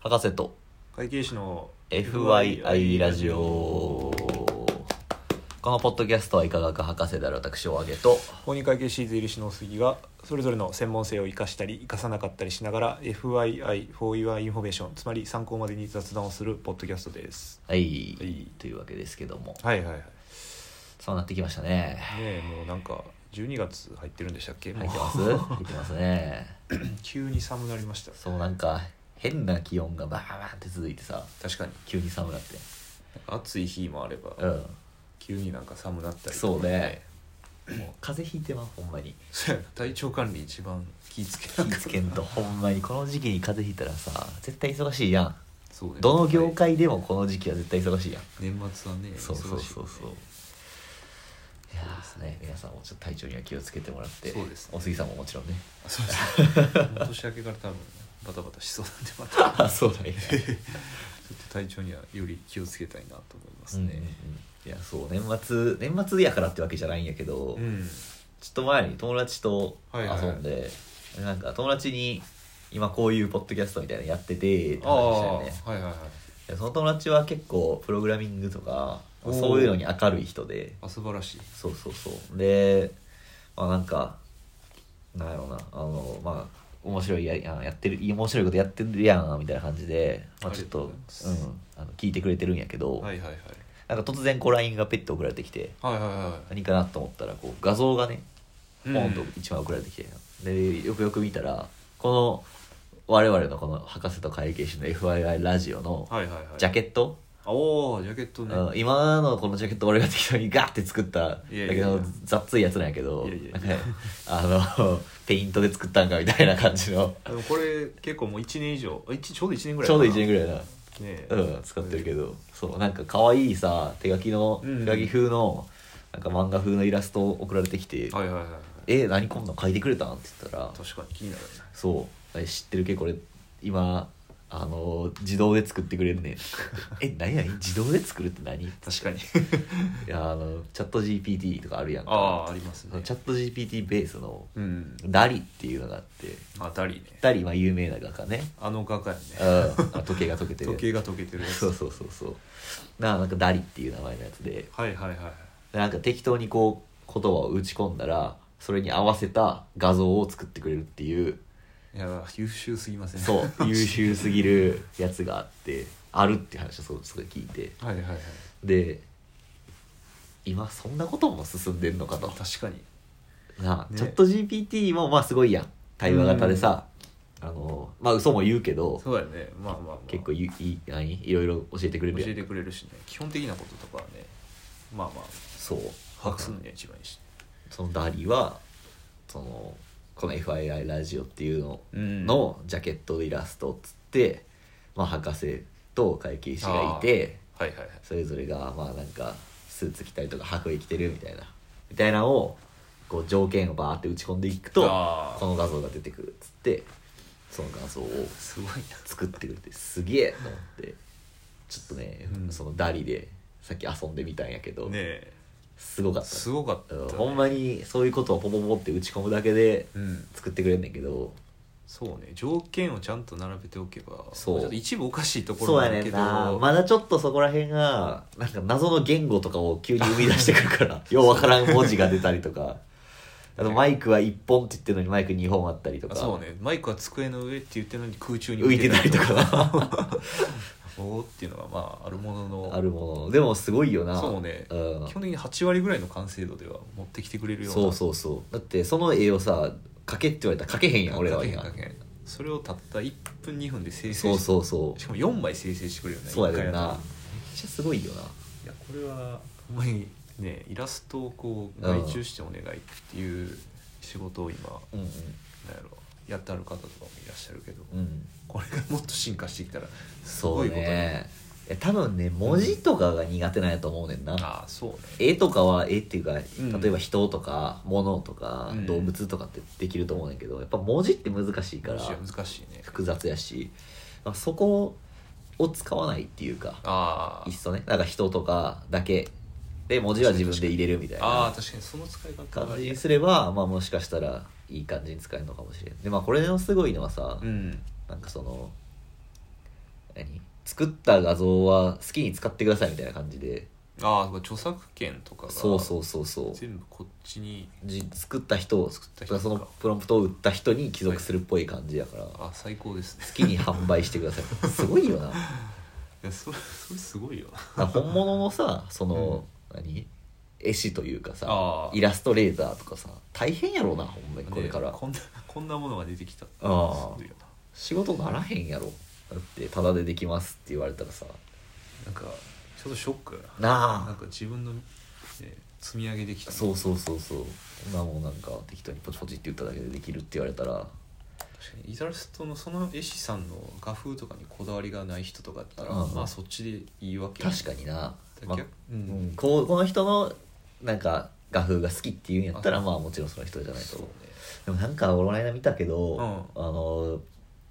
博士と会計士の FYI ラジオこのポッドキャストは医科学博士である私をあげと公認会計士税理士の杉がそれぞれの専門性を生かしたり生かさなかったりしながら FYI for your information つまり参考までに雑談をするポッドキャストですはい、はいというわけですけどもはいはいはいねそうなってきましたねえもうなんか12月入ってるんでしたっけ入ってもます入ってますねう 急に寒なりましたそうなんか変な気温がバーバーって続いてさ確かに急に寒くなって暑い日もあればうん急になんか寒なったりそうねもう風邪ひいてますほんまにそうやな体調管理一番気ぃつけ気 ぃつけんとほんまにこの時期に風邪ひいたらさ絶対忙しいやんそうねどの業界でもこの時期は絶対忙しいやん年末はねそうそうそう忙しいそうよねいやーですね皆さんもちょっと体調には気をつけてもらってそうですねお杉さんももちろんね そうですね 年明けから多分ねバタバタしそうなんでまたちょっあそうだねと体調にはより気をつけたいなと思いますうんうんうんねいやそう年末年末やからってわけじゃないんやけど、うん、ちょっと前に友達と遊はいはいはいんで、でなんか友達に今こういうポッドキャストみたいなのやっててってあ話したあよねはいはいはいでその友達は結構プログラミングとかおーそういうのに明るい人であ素晴らしいそうそうそうでまあなんかなんやろうなあのまあ面白いやややってる面白いことやってるやんみたいな感じで、まあ、ちょっとありがとうございますん、あの聞いてくれてるんやけど、はいはいはいなんか突然こう LINE がペッて送られてきてはいはいは何かなと思ったらこう画像がねうんポンと一枚送られてきて、でよくよく見たらこの我々のこの博士と会計士の FII ラジオのいはいはいはいジャケッット、トおおジャケットねうん今のこのジャケット俺が適当にガーって作っただいやいやけいやど雑いやつなんやけどいやいやいなやんかあの ペイントで作ったんかみたいな感じのでもこれ結構もう1年以上あ一ちょうど1年ぐらいちょうど1年ぐぐらいな、らいねうん、使ってるけどそうなんか可愛いさ手書きのうん手書き風のなんか漫画風のイラストを送られてきてはいはいはいはい「え何こんなん書いてくれたん?」って言ったら確かに気になるねそうえ知ってるけこれ今あの自動で作ってくれるねんえ何何自動で作るって何い確かにやあのチャット GPT とかあるやんかああありますそのねチャット GPT ベースのうんダリっていうのがあってあダリねダリまあ有名な画家ね、あの画家やねうん、あ時計が溶けてる時計が溶けてるやつそうそうそうそうななんかダリっていう名前のやつではいはいはいなんか適当にこう言葉を打ち込んだらそれに合わせた画像を作ってくれるっていういや優秀すぎませ んそう優秀すぎるやつがあってあるっていう話をそうすごい聞いてはいはいはいで今そんなことも進んでんのかと確かになあ、ねチャット GPT もまあすごいやん対話型でさ、あのまあ嘘も言うけどそうだよねまあまあ、まあ、結構ゆい何いろいろ教えてくれ教るやえんてくれるしね基本的なこととかはねまあまあそう把握するのには一番いいしそのダリはそのこの FII ラジオっていうのうんのジャケットイラストっつって、まあ、博士と会計士がいてはいはいはいそれぞれがまあなんかスーツ着たりとか白衣着てるみたいなみたいなのをこう条件をバーって打ち込んでいくとあーこの画像が出てくるっつってその画像をすごいな作ってくれてすげえと思ってちょっとね、うんそのダリでさっき遊んでみたんやけど、ねえすごかったすごかった、うんほんまにそういうことをポポポって打ち込むだけでうん作ってくれんねんけど、そうね条件をちゃんと並べておけばそうちょっと一部おかしいところそうもあやるねけんどなまだちょっとそこら辺がなんか謎の言語とかを急に生み出してくるから ようわからん文字が出たりとかあとマイクは1本って言ってるのにマイク2本あったりとあかそうねマイクは机の上って言ってるのに空中に浮いてたりとかかおーっていうのがまああるもののあるもののでもすごいよなそうね、うん基本的に8割ぐらいの完成度では持ってきてくれるようなそうそうそうだってその絵をさ描けって言われたら描けへんやん俺らは書けへやんん書けへんそれをたった1分2分で生成してそうそうそしかも4枚生成してくれるようねそうやねん一回なめやっっちゃすごいよなたらいやこれはほんまにねイラストをこううん外注してお願いっていう仕事を今うんうんなんやろやってある方とかもいらっしゃるけど、うんこれがもっと進化してきたらすそごういことになるねいや多分ね文字とかが苦手なんやと思うねんな、ああそうね絵とかは絵っていうかうん例えば人とか物とかうん動物とかってできると思うねんだけどやっぱ文字って難しいからむしろ難しいね複雑やし、まあ、そこを使わないっていうかあいっそねなんか人とかだけで文字は自分で入れるみたいあああな確かにその使い方感はじにすれば、まあ、もしかしたらいい感じに使えるのかもしれんでまあこれのすごいのはさ、うんなんかその作った画像は好きに使ってくださいみたいな感じでああそうか著作権とかがそうそうそうそう全部こっちにじ作った人作った人かそのプロンプトを売った人に帰属するっぽい感じやから、好あ最高ですねきに販売してくださいすごいよないやそれそれすごいよなだから本物のさその、何絵師というかさあーイラストレーターとかさ大変やろうなほんまにねこれから、 こんなこんなものが出てきたってああすごいよな仕事ならへんやろだってタダでできますって言われたらさなんかちょっとショックやなななんか自分の、ね、積み上げできあたそうそうそうそうこんなもんなんか適当にポチポチって言っただけでできるって言われたら確かにイザラストのその絵師さんの画風とかにこだわりがない人とかだったら、うんまあそっちでいいわけ確かにな、まあ逆ううんん、こうこの人のなんか画風が好きっていうんやったらあまあもちろんその人じゃないそとうねでもなんか俺も間見たけど、うんあの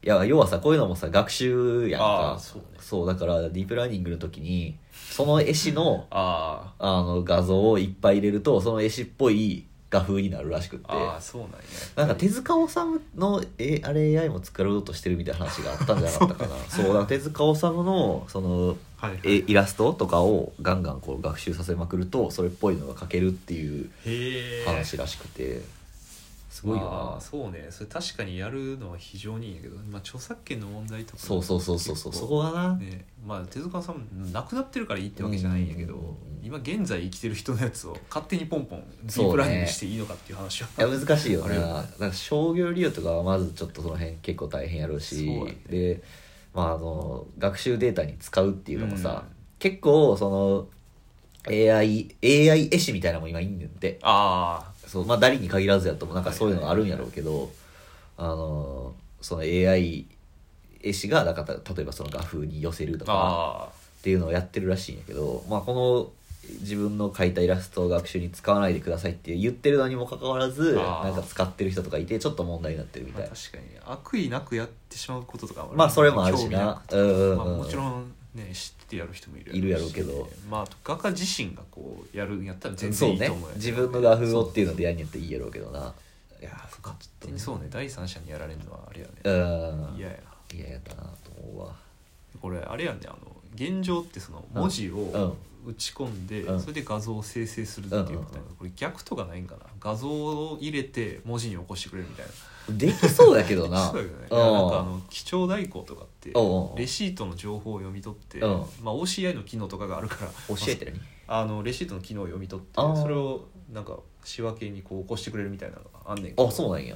いや要はさこういうのもさ学習やんあかーそうねだからディープラーニングの時 にその絵師のああの画像をいっぱい入れるとその絵師っぽい画風になるらしくってあああそうなんやなんか手塚治虫のえあれ AI も作ろうとしてるみたいな話があったんじゃなかったか なそうだから手塚治虫のそのはいはいえイラストとかをガンガンこう学習させまくるとそれっぽいのが描けるっていうへえ話らしくてすごいあよあそうねそれ確かにやるのは非常にいいんやけど、まあ、著作権の問題とかそうそうそうそうそう結そ構こがな、ねまあ、手塚さんも亡くなってるからいいってわけじゃないんやけど、うんうんうん今現在生きてる人のやつを勝手にポンポンデそうねィープラーニングしていいのかっていう話は、いや難しいよあなれよなんか商業利用とかはまずちょっとその辺結構大変やろうしそうだねで、まあ、あの学習データに使うっていうのもさ、うん結構その AI, AI 絵師みたいなのも今いいんであそう、まあ、誰に限らずやともなんかそういうのがあるんやろうけど、あのその AI 絵師がなんかた例えばその画風に寄せるとあかああっていうのをやってるらしいんやけど、まあ、この自分の描いたイラストを学習に使わないでくださいって言ってるのにもかかわらずあーなんか使ってる人とかいてちょっと問題になってるみまたあ、いな、確かに悪意なくやってしまうこととかもあまあそれもあるし興味ななくうんうんうん、まあ、もちろんね知ってやる人もいるいるやろしうけどまあ画家自身がこうやるんやったら全然いいと思う,、そうね自分の画風をっていうのででやんやっていいやろうけどないやー勝手にそうね第三者にやられるのはあれやねうん嫌やな嫌やったなと思うわこれあれやねあの現状ってその文字を打ち込んで、うんそれで画像を生成するっていうことやけどうんうんこれ逆とかないんかな画像を入れて文字に起こしてくれるみたいなできそうだけどな そうだよね、うんなんかあの基調代行とかっておうおうレシートの情報を読み取って、うんまあ、OCI の機能とかがあるから教えてるにあのレシートの機能を読み取ってあーそれをなんか仕分けにこう起こしてくれるみたいなのがあんねんけどあそうなんや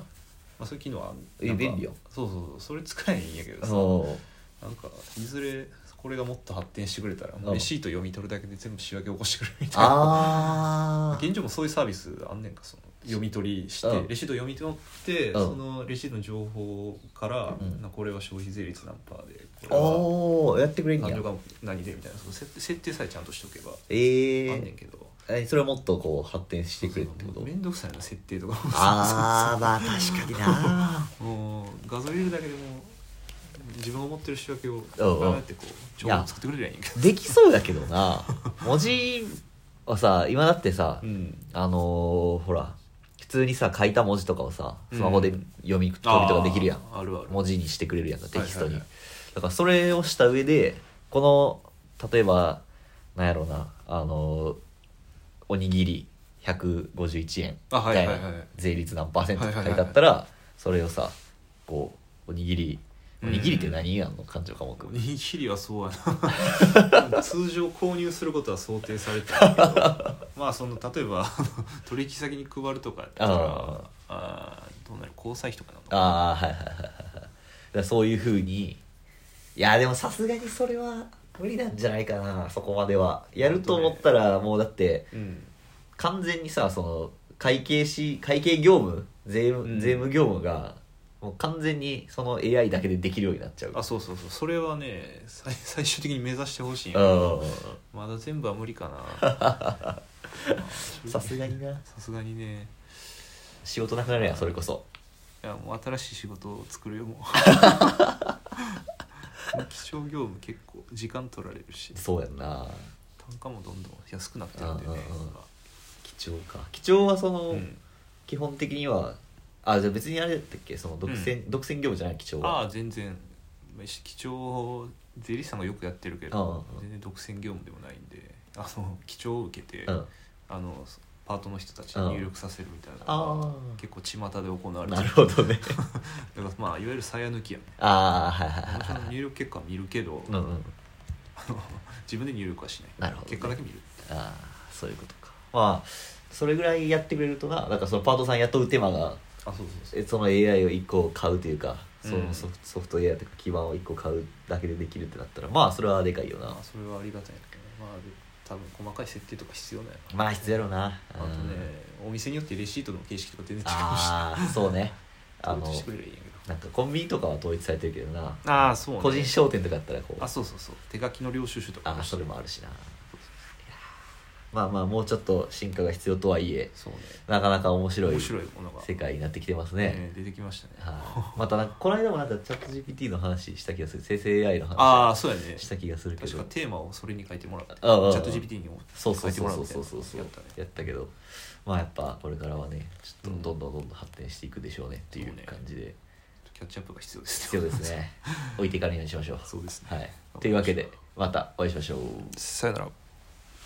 まあ、そういう機能はあんえなんか便利やんそうそうそうそれ使えへんやけどさそなんかいずれこれがもっと発展してくれたらもうんうレシート読み取るだけで全部仕分け起こしてくれるみうたいなあ ー現状もそういうサービスあんねんかその読み取りして、うんレシート読み取って、うんそのレシートの情報から、うんなこれは消費税率何パーでこおおやってくれれんはね何や料が何でみたいなその設設定さえちゃんとしておけば、えあんねんー、けどえそれをもっとこう発展してくれってこと面倒くさいな設定とかもああまあ確かになもう画像入れるだけでも自分が持ってる仕分けをうんバーってこう情報作ってくれるやんやけど、できそうだけどな文字はさ今だってさ、うん、あのーほら普通にさ書いた文字とかをさスマホで読み取りとかできるやん、あーあるある文字にしてくれるやんかテキストに、はいはいはいだからそれをした上でこの例えばなんやろうなあのおにぎり151円あはいはいはいみたな税率何パーセントって書いてあはいっはたらそれをさこうおにぎりおにぎりって何やんの感情科目 おにぎりはそう やな通常購入することは想定されてるけどまあその例えば あの取引先に配るとかやったらああーどうなる交際費とかなのかああはいはいはいはいはいだからそういうふうにいやでもさすがにそれは無理なんじゃないかなそこまではやると思ったらもうだってうん完全にさその会計し会計業務税務,、うん税務業務がもう完全にその AI だけでできるようになっちゃうあそうそうそうそれはね最 最終的に目指してほしいんやけどうまだ全部は無理かなん さすがになさすがにね仕事なくなるやんそれこそいやもう新しい仕事を作る よもう気象業務結構時間取られるしそうやんな単価もどんどん安くなってるんでねうんうんうん今貴重か貴重はその、うん基本的にはあじゃあ別にあれだったっけその独占、独占業務じゃない貴重はああ全然まあ貴重税理士さんがよくやってるけどうんうん全然独占業務でもないんであの基調を受けて、うんあのパートの人たちに入力させるみたいなのがあ結構巷で行わあれてなるるほ どねだからまあいわゆる鞘抜きやねああはいはいこの人はの入力結果は見るけど、いはいうんうんあの 自分で入力はしなないるほどね結果だけ見るああそういうことかまあそれぐらいやってくれるとななんかそのパートさん雇う手間があそうそうそうえその AI を1個買うというかそうんのソフソフトウェアというか基盤を1個買うだけでできるってなったらまあそれはでかいよなまあそれはありがたいんだけどねまあで多分細かい設定とか必要なんやろまあ必要やろうなあとねお店によってレシートの形式とか全然違うしあ あそうねあの統一してくれりゃいいんやけどなんかコンビニとかは統一されてるけどなああそうね個人商店とかだったらこうあそうそうそう手書きの領収書とかああそれもあるしなまあまあもうちょっと進化が必要とはいえそうねなかなか面白い面白いものが世界になってきてますね、ね出てきましたねはいまたなんかこの間もなんかチャット GPT の話した気がする生成 AI のああ話そうやねした気がするけ確どかテーマをそれに書いてもらってチああャット GPT にそうそ書ういてそもうらうそうみたいなそうやそうったねやったけどまあやっぱこれからはねちょっうんとどんどんどんどん発展していくでしょうねっていそううね感じでキャッチアップが必要です必要ですね置いていかないようにしましょうそうですはねいというわけでまたお会いしましょうさよなら